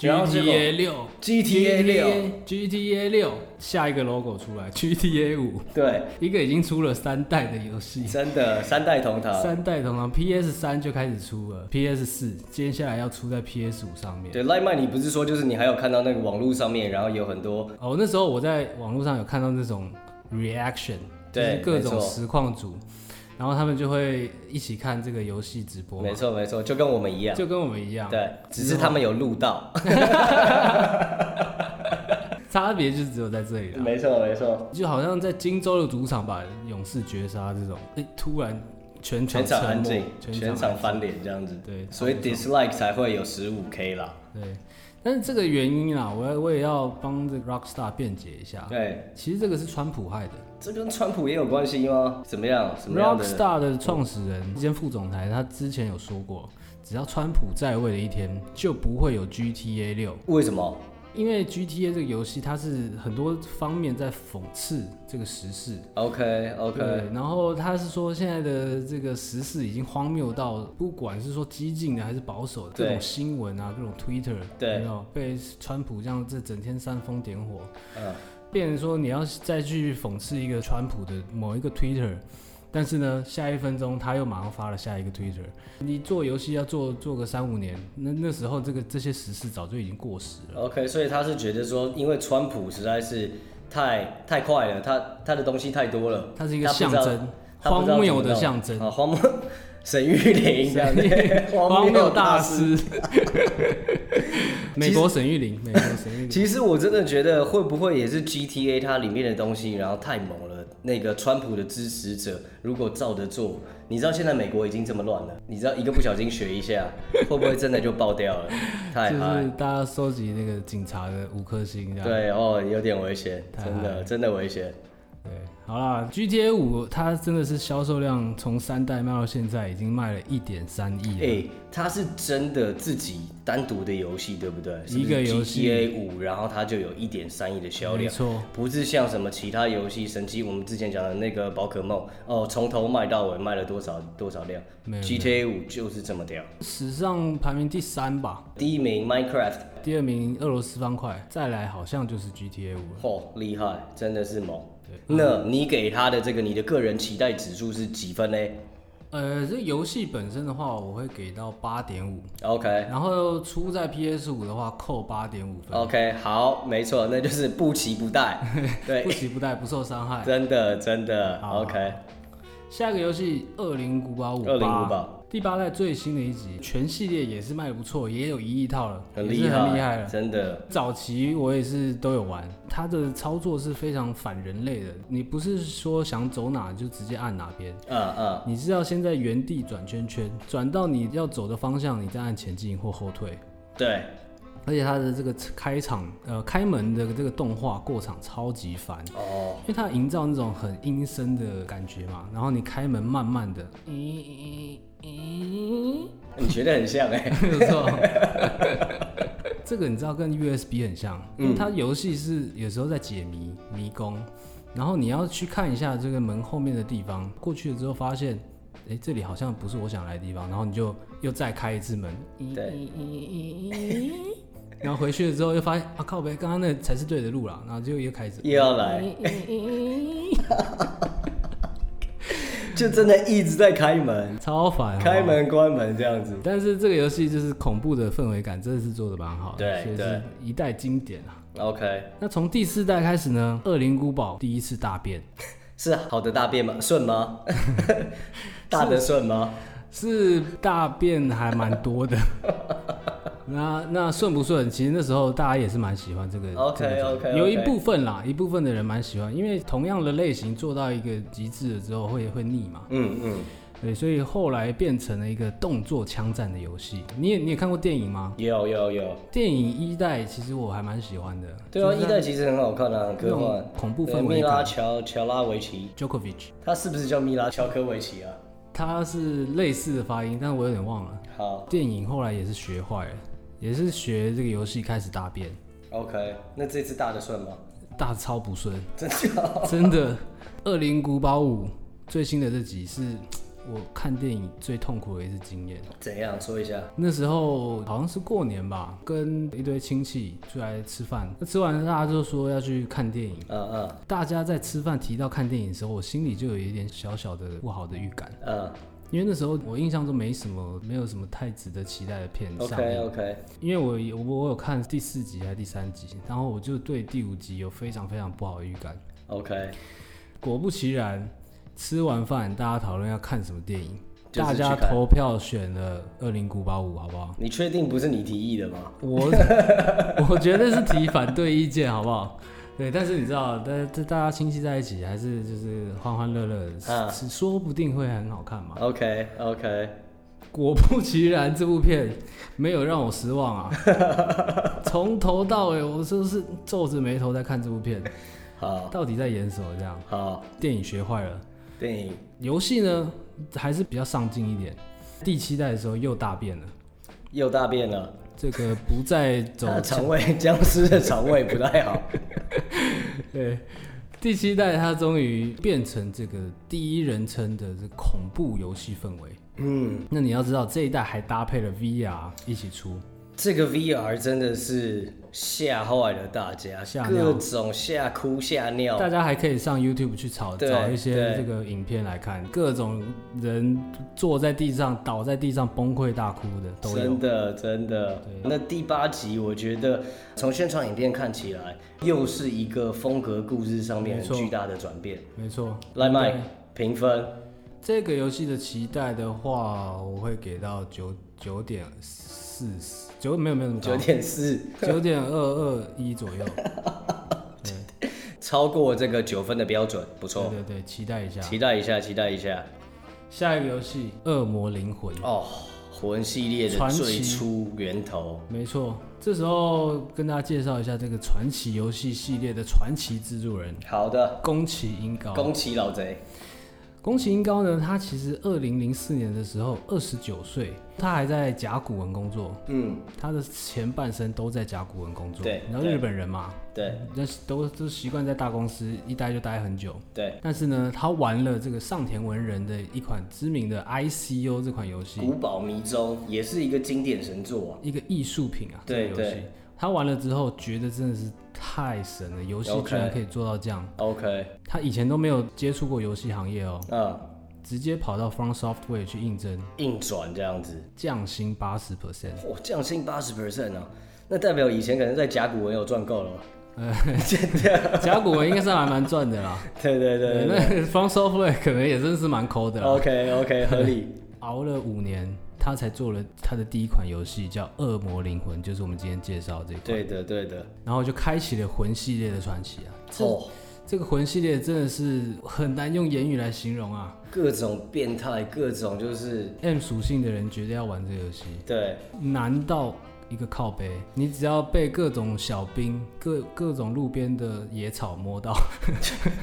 Speaker 2: 然后结果
Speaker 1: ，GTA 六
Speaker 2: GTA 六
Speaker 1: GTA 六下一个 logo 出来 GTA 五，
Speaker 2: 对，
Speaker 1: 一个已经出了三代的游戏。
Speaker 2: 真的三代同堂。
Speaker 1: 三代同堂，PS 三就开始出了，PS 四接下来要出在 PS 五上面。
Speaker 2: 对，Line Man，你不是说就是你还有看到那个网络上面，然后有很多
Speaker 1: 哦，那时候我在网络上有看到那种 reaction，就是
Speaker 2: 对
Speaker 1: 各
Speaker 2: 没错
Speaker 1: 种实况组，然后他们就会一起看这个游戏直播嘛
Speaker 2: 没，错没错，就跟我们一样，
Speaker 1: 就跟我们一样，
Speaker 2: 对，只是他们有录到，
Speaker 1: 差别就只有在这里了。
Speaker 2: 没错没错。
Speaker 1: 就好像在荆州的主场把勇士绝杀这种，诶突然全
Speaker 2: 全场
Speaker 1: 沉
Speaker 2: 安
Speaker 1: 默
Speaker 2: 静，，
Speaker 1: 全
Speaker 2: 全
Speaker 1: 场
Speaker 2: 场翻脸这样子，
Speaker 1: 对
Speaker 2: 所以 dislike 才会有十五 K 啦，
Speaker 1: 对。但是这个原因啦，我要我也要帮这个 Rockstar 辩解一下。
Speaker 2: 对，
Speaker 1: 其实这个是川普害的。
Speaker 2: 这跟川普也有关系吗？怎么样？什么样的？
Speaker 1: Rockstar 的创始人兼副总裁，他之前有说过，只要川普在位的一天，就不会有 GTA 六，
Speaker 2: 为什么？
Speaker 1: 因为 GTA 这个游戏它是很多方面在讽刺这个时事。
Speaker 2: OK OK，
Speaker 1: 对，然后他是说现在的这个时事已经荒谬到，不管是说激进的还是保守的，
Speaker 2: 对
Speaker 1: 各种新闻啊，各种 Twitter，
Speaker 2: 对
Speaker 1: 有没有被川普这样这整天煽风点火，
Speaker 2: 嗯，
Speaker 1: 变成说你要再去讽刺一个川普的某一个 Twitter，但是呢，下一分钟他又马上发了下一个 Twitter。你做游戏要做做个三五年，那那时候这个这些时事早就已经过时了。
Speaker 2: OK，所以他是觉得说，因为川普实在是太太快了，它它的东西太多了，
Speaker 1: 它是一个
Speaker 2: 它不知
Speaker 1: 象
Speaker 2: 道
Speaker 1: 征，
Speaker 2: 它不知道
Speaker 1: 荒
Speaker 2: 怎么
Speaker 1: 谬的
Speaker 2: 弄
Speaker 1: 象征
Speaker 2: 啊，荒谬 沈玉玲这样 子，
Speaker 1: 荒
Speaker 2: 谬
Speaker 1: 谬大
Speaker 2: 师。
Speaker 1: 师， 美国沈玉玲，美国沈玉玲，
Speaker 2: 其实我真的觉得会不会也是 GTA 它里面的东西，然后太猛了。那个川普的支持者如果照着做，你知道现在美国已经这么乱了，你知道一个不小心学一下，会不会真的就爆掉了？ 太
Speaker 1: 就
Speaker 2: 嗨
Speaker 1: 是！大家收集那个警察的五颗星这样。
Speaker 2: 对哦，有点危险，
Speaker 1: 太
Speaker 2: 真的真的危险。
Speaker 1: 对，好啦，GTA 五它真的是销售量从三代卖到现在已经卖了一点三亿
Speaker 2: 哎、
Speaker 1: 了。
Speaker 2: 它是真的自己单独的游戏，对不对？
Speaker 1: 一个游戏
Speaker 2: GTA 五，然后它就有一点三亿的销
Speaker 1: 没
Speaker 2: 量，
Speaker 1: 错，
Speaker 2: 不是像什么其他游戏神奇，我们之前讲的那个宝可梦哦，从头卖到尾卖了多少多少量
Speaker 1: 没有
Speaker 2: ？GTA 五就是这么屌，
Speaker 1: 史上排名第三吧，
Speaker 2: 第一名 Minecraft，
Speaker 1: 第二名俄罗斯方块，再来好像就是 GTA 五了。
Speaker 2: 嚯、厉害，真的是猛。那你给他的这个你的个人期待指数是几分呢
Speaker 1: 呃，这游戏本身的话，我会给到八点五，
Speaker 2: ？OK
Speaker 1: 然后出在 PS 五的话扣八点五分，
Speaker 2: OK，好，没错，那就是不期 不待，对
Speaker 1: 不，急不带，不啊受伤害。
Speaker 2: 真的真的
Speaker 1: 好
Speaker 2: OK，
Speaker 1: 下一个游戏《二零古堡五》，
Speaker 2: 二零五吧，
Speaker 1: 第八代最新的一集，全系列也是卖的不错，也有一亿套了，
Speaker 2: 很
Speaker 1: 也
Speaker 2: 厉
Speaker 1: 是
Speaker 2: 害，啊
Speaker 1: 很厉害了。
Speaker 2: 真的。
Speaker 1: 早期我也是都有玩，它的操作是非常反人类的，你不是说想走哪就直接按哪边，
Speaker 2: 嗯嗯，
Speaker 1: 你是要先在原地转圈圈，转到你要走的方向，你再按前进或后退。
Speaker 2: 对，
Speaker 1: 而且它的这个开场，呃，开门的这个动画过场超级烦，
Speaker 2: 哦，
Speaker 1: 因为它营造那种很阴森的感觉嘛。然后你开门慢慢的，咦 咦
Speaker 2: 你觉得很像哎、
Speaker 1: 咦，有错。这个你知道跟 USB 很像，因为它游戏是有时候在解谜迷宫，然后你要去看一下这个门后面的地方，过去了之后发现。哎，这里好像不是我想来的地方，然后你就又再开一次门，
Speaker 2: 对，
Speaker 1: 然后回去了之后又发现啊靠北，刚刚那才是对的路啦，然后就又开始， 嗯
Speaker 2: 又要来，就真的一直在开门、
Speaker 1: 超烦，
Speaker 2: 开
Speaker 1: 好不好。
Speaker 2: 门、关门这样子。
Speaker 1: 但是这个游戏就是恐怖的氛围感，真的是做的蛮好的，
Speaker 2: 对
Speaker 1: 所以是一代经典啊。
Speaker 2: OK，
Speaker 1: 那从第四代开始呢，《恶灵古堡》第一次大变
Speaker 2: 是好的大便吗？顺吗？大的顺吗？
Speaker 1: 是大变还蛮多 的。那那顺不顺？其实那时候大家也是蛮喜欢这个。
Speaker 2: OK，
Speaker 1: 这个
Speaker 2: OK，OK
Speaker 1: 有一部分啦，一部分的人蛮喜欢，因为同样的类型做到一个极致了之后会会腻嘛。
Speaker 2: 嗯嗯，
Speaker 1: 对，所以后来变成了一个动作枪战的游戏。你也你也看过电影吗？
Speaker 2: 有有有。
Speaker 1: 电影一代其实我还蛮喜欢的。
Speaker 2: 对啊，一代其实很好看啊，很科
Speaker 1: 那
Speaker 2: 幻
Speaker 1: 种。恐怖
Speaker 2: 对
Speaker 1: 氛围
Speaker 2: 米拉
Speaker 1: 感
Speaker 2: 乔乔拉维奇，
Speaker 1: Djokovic，
Speaker 2: 他是不是叫米拉乔科维奇啊？
Speaker 1: 他是类似的发音，但我有点忘了。
Speaker 2: 好
Speaker 1: 电影后来也是学坏了，也是学这个游戏开始大变，
Speaker 2: ，OK，那这次大的顺吗？
Speaker 1: 大超不顺，
Speaker 2: 真的？
Speaker 1: 真的。《恶灵古堡五》最新的这集是我看电影最痛苦的一次经验。
Speaker 2: 怎样说一下？
Speaker 1: 那时候好像是过年吧，跟一堆亲戚出来吃饭，那吃完大家就说要去看电影。
Speaker 2: 嗯嗯
Speaker 1: 大家在吃饭提到看电影的时候，我心里就有一点小小的不好的预感，
Speaker 2: 嗯
Speaker 1: 因为那时候我印象中没什么，没有什么太值得期待的片上
Speaker 2: ，OK
Speaker 1: 映。
Speaker 2: OK，
Speaker 1: 因为我有我我有看第四集还是第三集，然后我就对第五集有非常非常不好的预感。
Speaker 2: OK，
Speaker 1: 果不其然，吃完饭大家讨论要看什么电影，
Speaker 2: 就是
Speaker 1: 大家
Speaker 2: 去看
Speaker 1: 投票选了《二零古堡五》，好不好？
Speaker 2: 你确定不是你提议的吗？
Speaker 1: 我 我觉得是提反对意见，好不好？对，但是你知道，但这大家亲戚在一起，还是就是欢欢乐乐的，
Speaker 2: 嗯
Speaker 1: 是说不定会很好看嘛。
Speaker 2: OK OK，
Speaker 1: 果不其然，这部片没有让我失望啊！从头到尾，我就是皱着眉头在看这部片，
Speaker 2: 好
Speaker 1: 到底在演什么？这样，
Speaker 2: 好，
Speaker 1: 电影学坏了，
Speaker 2: 电影
Speaker 1: 游戏呢还是比较上进一点。第七代的时候又大变了，
Speaker 2: 又大便了，
Speaker 1: 这个不再走
Speaker 2: 他的肠胃 僵尸的肠胃不太好。
Speaker 1: 对，第七代它终于变成这个第一人称的这恐怖游戏氛围。
Speaker 2: 嗯，
Speaker 1: 那你要知道，这一代还搭配了 VR 一起出，
Speaker 2: 这个 VR 真的是吓坏了大家，
Speaker 1: 吓尿
Speaker 2: 各种吓哭吓尿
Speaker 1: 大。家还可以上 YouTube 去找
Speaker 2: 对
Speaker 1: 找一些
Speaker 2: 对
Speaker 1: 这个影片来看，各种人坐在地上、倒在地上崩溃大哭的都有。
Speaker 2: 真的，真的。那第八集，我觉得从宣传影片看起来，又是一个风格故事上面
Speaker 1: 没
Speaker 2: 很
Speaker 1: 错
Speaker 2: 巨大的转变。
Speaker 1: 没错，
Speaker 2: 来
Speaker 1: 对
Speaker 2: ，Mike 评分
Speaker 1: 这个游戏的期待的话，我会给到九九点四十九，没有没有那么
Speaker 2: 九
Speaker 1: 高，
Speaker 2: 点四，
Speaker 1: 九点二二一左右。
Speaker 2: 超过这个九分的标准，不
Speaker 1: 对
Speaker 2: 错。
Speaker 1: 对对，期待一下。
Speaker 2: 期待一下，期待一下。
Speaker 1: 下一个游戏《恶魔灵魂》，
Speaker 2: 哦，魂系列的
Speaker 1: 嗯传奇
Speaker 2: 最初源头，
Speaker 1: 没错。这时候跟大家介绍一下这个传奇游戏系列的传奇制作人
Speaker 2: 好的，
Speaker 1: 宫崎英高。
Speaker 2: 宫崎老贼，
Speaker 1: 宫崎英高呢，他其实二零零四年的时候二十九岁，他还在甲骨文工作，
Speaker 2: 嗯，
Speaker 1: 他的前半生都在甲骨文工作。
Speaker 2: 对
Speaker 1: 你知道
Speaker 2: 对
Speaker 1: 日本人嘛，
Speaker 2: 对
Speaker 1: 那都都习惯在大公司一待就待很久。
Speaker 2: 对，
Speaker 1: 但是呢，他玩了这个上田文人的一款知名的 ICO 这款游戏，
Speaker 2: 古堡迷踪也是一个经典神作啊，
Speaker 1: 一个艺术品啊，
Speaker 2: 对
Speaker 1: 这个游戏
Speaker 2: 对。
Speaker 1: 他玩了之后，觉得真的是太神了，游戏
Speaker 2: OK
Speaker 1: 居然可以做到这样。
Speaker 2: OK，
Speaker 1: 他以前都没有接触过游戏行业哦，
Speaker 2: 嗯，
Speaker 1: 直接跑到 From Software 去应征，
Speaker 2: 硬转这样子，
Speaker 1: 降薪八十 percent。
Speaker 2: 哇，降薪八十 percent 啊，那代表以前可能在甲骨文有赚够了 吧？
Speaker 1: 甲骨文应该是还蛮赚的啦，
Speaker 2: 对对 对
Speaker 1: 对，
Speaker 2: 对哦
Speaker 1: 那 From Software 可能也真是蛮抠的啦。啊
Speaker 2: ，OK OK，合 理，
Speaker 1: 熬了五年，他才做了他的第一款游戏，叫《恶魔灵魂》，就是我们今天介绍这一款。
Speaker 2: 对的对的，
Speaker 1: 然后就开启了魂系列的传奇啊！这
Speaker 2: 哦，
Speaker 1: 这个魂系列真的是很难用言语来形容啊
Speaker 2: 各种变态，各种就是，
Speaker 1: ！M 属性的人绝对要玩这个游戏，
Speaker 2: 对，
Speaker 1: 难到一个靠背，你只要被各种小兵、各各种路边的野草摸到，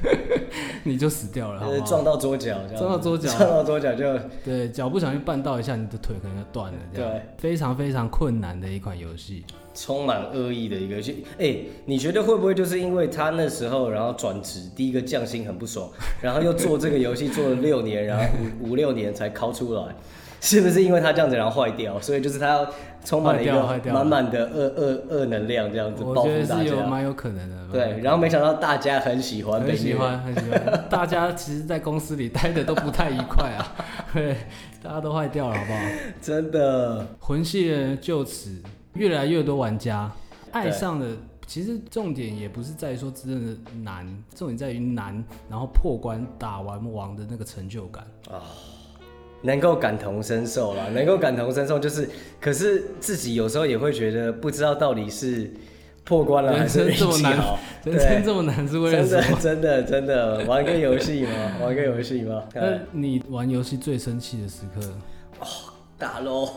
Speaker 1: 你就死掉了，好
Speaker 2: 就是
Speaker 1: 不好？
Speaker 2: 撞到桌角这样子，
Speaker 1: 撞到桌角
Speaker 2: 撞到桌角就
Speaker 1: 对，脚不小心绊到一下，你的腿可能就断了，这样非常非常困难的一款游戏。
Speaker 2: 充满恶意的一个游戏。哎、你觉得会不会就是因为他那时候，然后转职，第一个降薪很不爽， 然后又做这个游戏做了六年，然后五五六年才考出来，是不是因为他这样子然后坏掉，所以就是他要充满了一
Speaker 1: 坏掉坏
Speaker 2: 个
Speaker 1: 掉
Speaker 2: 满满的恶恶恶能量这样子
Speaker 1: 我
Speaker 2: 报
Speaker 1: 觉
Speaker 2: 复
Speaker 1: 得
Speaker 2: 大
Speaker 1: 是有
Speaker 2: 家？
Speaker 1: 蛮有可能的。
Speaker 2: 对，然后没想到大家很喜欢被
Speaker 1: 很喜
Speaker 2: 虐，
Speaker 1: 欢，很喜欢。大家其实，在公司里待的都不太愉快啊， 对，大家都坏掉了，好不好？
Speaker 2: 真的
Speaker 1: 魂系列就此越来越多玩家爱上了。其实重点也不是在于说真的难，重点在于难，然后破关打完王的那个成就感。
Speaker 2: 能够感同身受啦，能够感同身受就是，可是自己有时候也会觉得不知道到底是破关了还
Speaker 1: 人
Speaker 2: 是
Speaker 1: 生
Speaker 2: 运
Speaker 1: 这么
Speaker 2: 气好
Speaker 1: 难，，人
Speaker 2: 对
Speaker 1: 生这么难是为了
Speaker 2: 真
Speaker 1: 什
Speaker 2: 的
Speaker 1: 么？
Speaker 2: 真的真的玩个游戏吗？玩个游 戏吗？
Speaker 1: 那你玩游戏最生气的时刻，
Speaker 2: 打喽，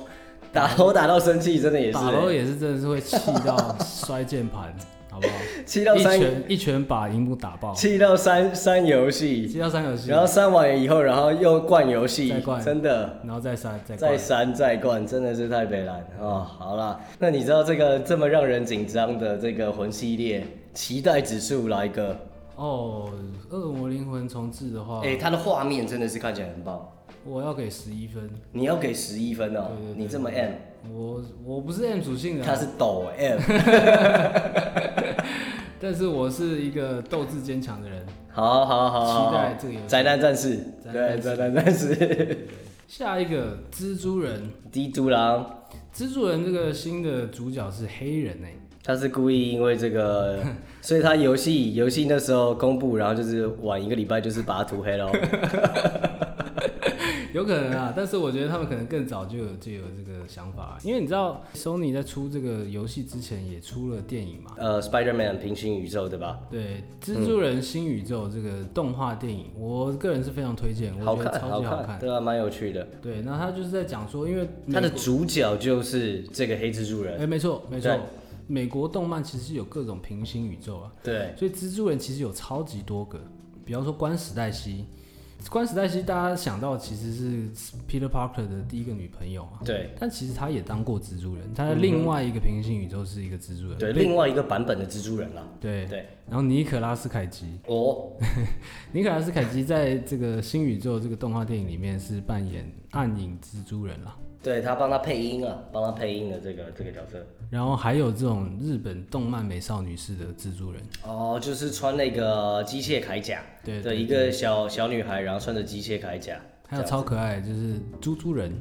Speaker 2: 打喽，打到生气，真的也是、
Speaker 1: 打楼也是真的是会气到摔键 盘，好不好？
Speaker 2: 气到
Speaker 1: 一
Speaker 2: 删，
Speaker 1: 拳一拳把荧幕打爆，
Speaker 2: 气到删删游戏，
Speaker 1: 接到三游戏，
Speaker 2: 然后删完以后，然后又灌游戏
Speaker 1: 再灌，
Speaker 2: 真的。
Speaker 1: 然后再删再
Speaker 2: 再
Speaker 1: 灌。
Speaker 2: 删再灌，真的是太北蓝哦。好啦，那你知道这个这么让人紧张的这个魂系列，期待指数来个？
Speaker 1: 哦，恶魔灵魂重置的话，
Speaker 2: 哎、它的画面真的是看起来很棒，
Speaker 1: 我要给十一分。
Speaker 2: 你要给十一分哦、
Speaker 1: 对对对
Speaker 2: 你这么 M，
Speaker 1: 我我不是 M 属性的
Speaker 2: 它
Speaker 1: 啊，
Speaker 2: 是抖 M。
Speaker 1: 但是我是一个斗志坚强的人。
Speaker 2: 好好好好，
Speaker 1: 期待这个游戏
Speaker 2: 宅男战士，
Speaker 1: 宅
Speaker 2: 对，
Speaker 1: 男战士
Speaker 2: 宅男战士，
Speaker 1: 下一个蜘蛛人，
Speaker 2: 低猪狼，
Speaker 1: 蜘蛛人这个新的主角是黑人哎、
Speaker 2: 他是故意因为 这个，所以他游戏游戏那时候公布，然后就是晚一个礼拜就是把它涂黑喽。
Speaker 1: 有可能啊，但是我觉得他们可能更早就有就有这个想法，因为你知道，Sony 在出这个游戏之前也出了电影嘛。
Speaker 2: 呃，Spider-Man 平行宇宙对吧？
Speaker 1: 对《蜘蛛人：新宇宙》这个动画电影，我个人是非常推荐，
Speaker 2: 好
Speaker 1: 我觉
Speaker 2: 看
Speaker 1: 得，超级好看。
Speaker 2: 对啊，蛮有趣的。
Speaker 1: 对，那他就是在讲说，因为美
Speaker 2: 它的主角就是这个黑蜘蛛人，
Speaker 1: 哎，没错没错
Speaker 2: 对，
Speaker 1: 美国动漫其实有各种平行宇宙啊，
Speaker 2: 对，
Speaker 1: 所以蜘蛛人其实有超级多个，比方说关史黛西，关史黛西大家想到其实是 Peter Parker 的第一个女朋友嘛，
Speaker 2: 对，
Speaker 1: 但其实他也当过蜘蛛人，他的另外一个平行宇宙是一个蜘蛛人，
Speaker 2: 对，另外一个版本的蜘蛛人啦，
Speaker 1: 对
Speaker 2: 对，
Speaker 1: 然后尼可拉斯凯奇，
Speaker 2: 哦，
Speaker 1: 尼可拉斯凯奇在这个新宇宙这个动画电影里面是扮演暗影蜘蛛人啦，
Speaker 2: 对他帮他配音啊，帮他配音的这个这个角色。
Speaker 1: 然后还有这种日本动漫美少女式的蜘蛛人，
Speaker 2: 哦，就是穿那个机械铠甲，
Speaker 1: 对
Speaker 2: 对，一个小小女孩，然后穿着机械铠甲，
Speaker 1: 还有超可爱的就是猪猪人，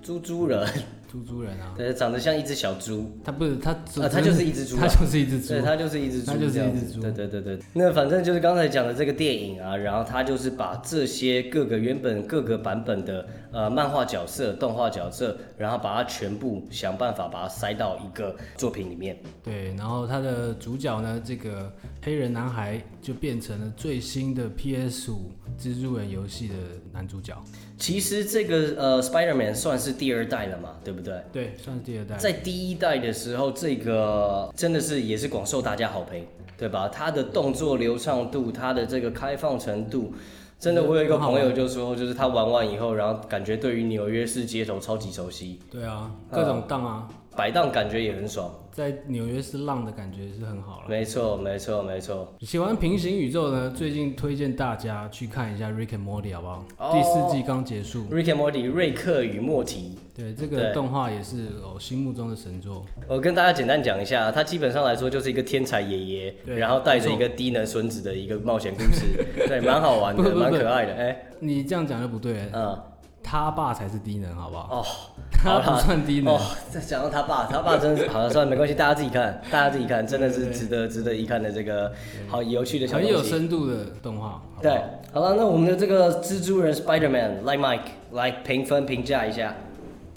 Speaker 2: 猪猪人，
Speaker 1: 猪猪人啊，
Speaker 2: 对，长得像一只小猪，
Speaker 1: 他不是他，
Speaker 2: 啊它就是一只猪啊
Speaker 1: 他就是一只猪
Speaker 2: 对，，它就是一只猪，
Speaker 1: 它就是一只
Speaker 2: 这样子
Speaker 1: 猪
Speaker 2: 对对对对，那反正就是刚才讲的这个电影啊，然后它就是把这些各个原本各个版本的呃漫画角色、动画角色，然后把它全部想办法把它塞到一个作品里面。
Speaker 1: 对，然后他的主角呢，这个黑人男孩就变成了最新的 PS 五蜘蛛人游戏的男主角，
Speaker 2: 其实这个呃 Spider-Man 算是第二代了嘛，对不对？
Speaker 1: 对，算是第二代，
Speaker 2: 在第一代的时候，这个真的是也是广受大家好评，对吧？它的动作流畅度，它的这个开放程度，真的，我有一个朋友就说，就是他玩完以后，然后感觉对于纽约市街头超级熟悉，
Speaker 1: 对啊，
Speaker 2: 呃
Speaker 1: 各种荡啊，
Speaker 2: 摆荡感觉也很爽。
Speaker 1: 在纽约是浪的感觉是很好了。
Speaker 2: 没错，没错，没错。
Speaker 1: 喜欢平行宇宙呢，最近推荐大家去看一下《Rick and Morty》好不好？
Speaker 2: 哦
Speaker 1: 第四季刚结束，
Speaker 2: Rick and Morty，瑞克与莫提。
Speaker 1: 对这个
Speaker 2: 对
Speaker 1: 动画也是我心目中的神作。
Speaker 2: 我跟大家简单讲一下，他基本上来说就是一个天才爷爷，
Speaker 1: 对
Speaker 2: 然后带着一个低能孙子的一个冒险故事，对，蛮好玩 的
Speaker 1: 不，不不
Speaker 2: 蛮可爱的，哎、
Speaker 1: 你这样讲就不对了，
Speaker 2: 嗯，
Speaker 1: 他爸才是低能，好不好？
Speaker 2: 哦，
Speaker 1: 他
Speaker 2: 好
Speaker 1: 不
Speaker 2: 啦
Speaker 1: 算低能
Speaker 2: 哦，，再讲到他爸，他爸真的是好了，算了，没关系，大家自己看，大家自己看，真的是值得值得一看的这个好有趣的小
Speaker 1: 很有
Speaker 2: 东西。
Speaker 1: 深度的动画。好不
Speaker 2: 对
Speaker 1: 好，
Speaker 2: 好了，那我们的这个蜘蛛人 Spider Man 来 Mike 来评分评价一下，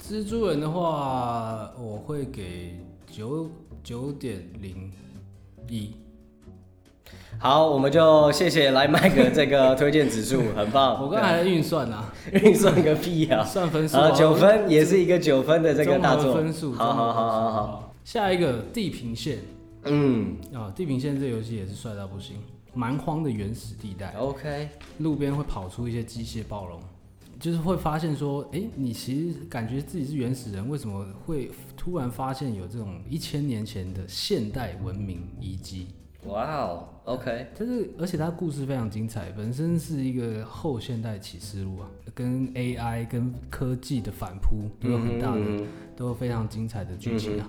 Speaker 1: 蜘蛛人的话，我会给九九点零一。
Speaker 2: 好，我们就谢谢来 Mike 的这个推荐指数，很棒。
Speaker 1: 我刚才还在运算呢、
Speaker 2: 对运算个屁啊！
Speaker 1: 算分数
Speaker 2: 啊，
Speaker 1: 啊
Speaker 2: 九分也是一个九分的这个
Speaker 1: 综
Speaker 2: 大
Speaker 1: 合
Speaker 2: 作，
Speaker 1: 分数，
Speaker 2: 好好
Speaker 1: 综合分
Speaker 2: 好
Speaker 1: 数
Speaker 2: 好好，。
Speaker 1: 下一个地平线
Speaker 2: 嗯
Speaker 1: 啊，地平线这游戏也是帅到不行，蛮荒的原始地带，
Speaker 2: ，OK，
Speaker 1: 路边会跑出一些机械暴龙，就是会发现说，哎、你其实感觉自己是原始人，为什么会突然发现有这种一千年前的现代文明遗迹？
Speaker 2: 哇哦，OK，
Speaker 1: 但是，而且它故事非常精彩，本身是一个后现代启示录啊，跟 AI 跟科技的反扑都有很大的，都有非常精彩的剧情啊。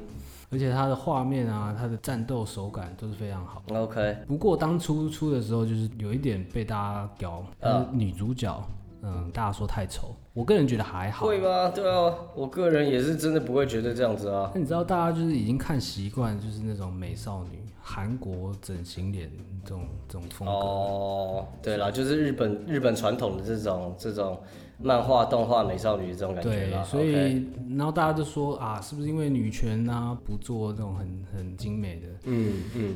Speaker 1: 而且它的画面啊，它的战斗手感都是非常好。
Speaker 2: OK，
Speaker 1: 不过当初出的时候，就是有一点被大家屌，呃，女主角，嗯，大家说太丑，我个人觉得还好。
Speaker 2: 会吗？对啊，我个人也是真的不会觉得这样子啊。
Speaker 1: 那你知道，大家就是已经看习惯，就是那种美少女、韩国整形脸这种这种风格。
Speaker 2: 哦，对啦，就是日本日本传统的这种这种漫画、动画、美少女这种感觉
Speaker 1: 对
Speaker 2: 啦。，
Speaker 1: 所
Speaker 2: OK
Speaker 1: 以然后大家就说啊，是不是因为女权啊不做那种很很精美的？
Speaker 2: 嗯嗯，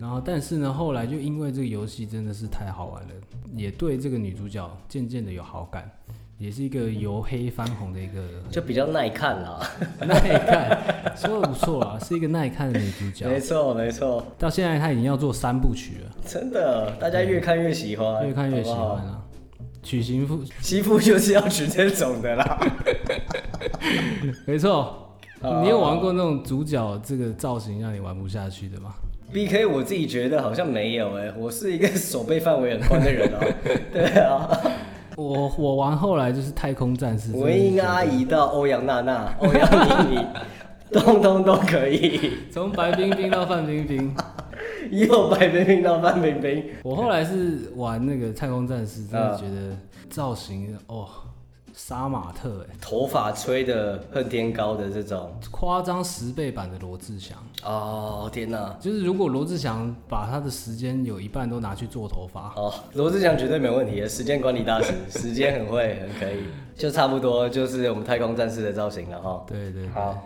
Speaker 1: 然后但是呢，后来就因为这个游戏真的是太好玩了，也对这个女主角渐渐的有好感，也是一个由黑翻红的一个
Speaker 2: 就比较耐看啦。
Speaker 1: 耐看，说的不错啊，是一个耐看的女主角。
Speaker 2: 没错没错，
Speaker 1: 到现在她已经要做三部曲了，
Speaker 2: 真的，大家越看越喜欢，
Speaker 1: 越看越喜
Speaker 2: 哎好不
Speaker 1: 欢
Speaker 2: 好。
Speaker 1: 啊。取形复，
Speaker 2: 媳妇就是要娶这种的啦。
Speaker 1: 没错。
Speaker 2: 哦
Speaker 1: 你有玩过那种主角这个造型让你玩不下去的吗？
Speaker 2: B K，我自己觉得好像没有哎、我是一个手背范围很宽 的人啊。对啊，
Speaker 1: 我我玩后来就是太空战士，
Speaker 2: 文英阿姨到欧阳娜娜、欧阳妮妮， 通通都可以。
Speaker 1: 从白冰冰到范冰冰，
Speaker 2: 也有白冰冰到范冰冰，
Speaker 1: 我后来是玩那个太空战士，真的觉得造型哦，杀马特哎，
Speaker 2: 头发吹得恨天高的这种。
Speaker 1: 夸张十倍版的罗志祥。
Speaker 2: 哦天哪！
Speaker 1: 就是如果罗志祥把他的时间有一半都拿去做头发，
Speaker 2: 哦，罗志祥绝对没问题的，时间管理大师，时间很会，很可以，就差不多就是我们太空战士的造型了哈。
Speaker 1: 对对对。
Speaker 2: 好，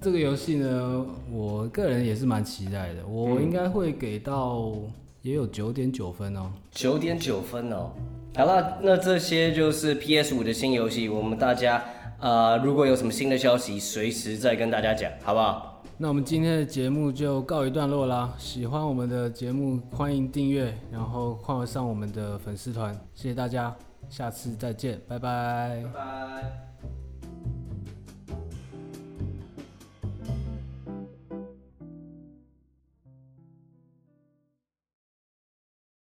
Speaker 1: 这个游戏呢，我个人也是蛮期待的，我应该会给到也有九点九分哦。
Speaker 2: 九点九分哦。好了，那这些就是 PS 五的新游戏，我们大家呃，如果有什么新的消息，随时再跟大家讲，好不好？
Speaker 1: 那我们今天的节目就告一段落啦。喜欢我们的节目，欢迎订阅，然后快上我们的粉丝团。谢谢大家，下次再见，拜拜
Speaker 2: 拜。